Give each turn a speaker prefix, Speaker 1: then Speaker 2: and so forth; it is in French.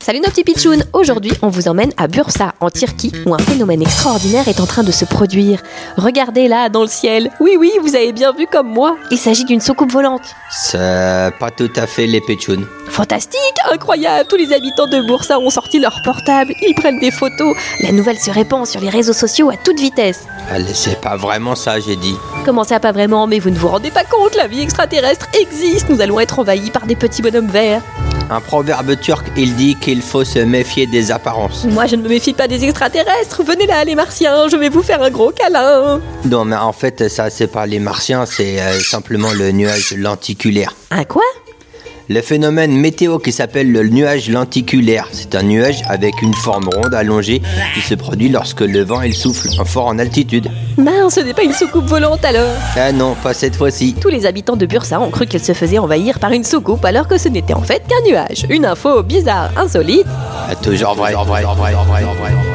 Speaker 1: Salut nos petits pitchouns Aujourd'hui, on vous emmène à Bursa, en Turquie, où un phénomène extraordinaire est en train de se produire. Regardez là, dans le ciel Oui, oui, vous avez bien vu comme moi Il s'agit d'une soucoupe volante
Speaker 2: C'est pas tout à fait les pitchouns.
Speaker 1: Fantastique Incroyable Tous les habitants de Bursa ont sorti leur portable, ils prennent des photos. La nouvelle se répand sur les réseaux sociaux à toute vitesse.
Speaker 2: Allez, c'est pas vraiment ça, j'ai dit.
Speaker 1: Comment ça, pas vraiment Mais vous ne vous rendez pas compte, la vie extraterrestre existe Nous allons être envahis par des petits bonhommes verts.
Speaker 2: Un proverbe turc, il dit qu'il faut se méfier des apparences.
Speaker 1: Moi, je ne me méfie pas des extraterrestres Venez là, les martiens, je vais vous faire un gros câlin
Speaker 2: Non, mais en fait, ça, c'est pas les martiens, c'est euh, simplement le nuage lenticulaire.
Speaker 1: Un quoi
Speaker 2: Le phénomène météo qui s'appelle le nuage lenticulaire, c'est un nuage avec une forme ronde allongée qui se produit lorsque le vent il souffle fort en altitude.
Speaker 1: Mince, ce n'est pas une soucoupe volante alors
Speaker 2: Ah non, pas cette fois-ci.
Speaker 1: Tous les habitants de Bursa ont cru qu'elle se faisait envahir par une soucoupe alors que ce n'était en fait qu'un nuage. Une info bizarre, insolite.
Speaker 2: Ah, toujours vrai, toujours vrai, toujours vrai, toujours vrai.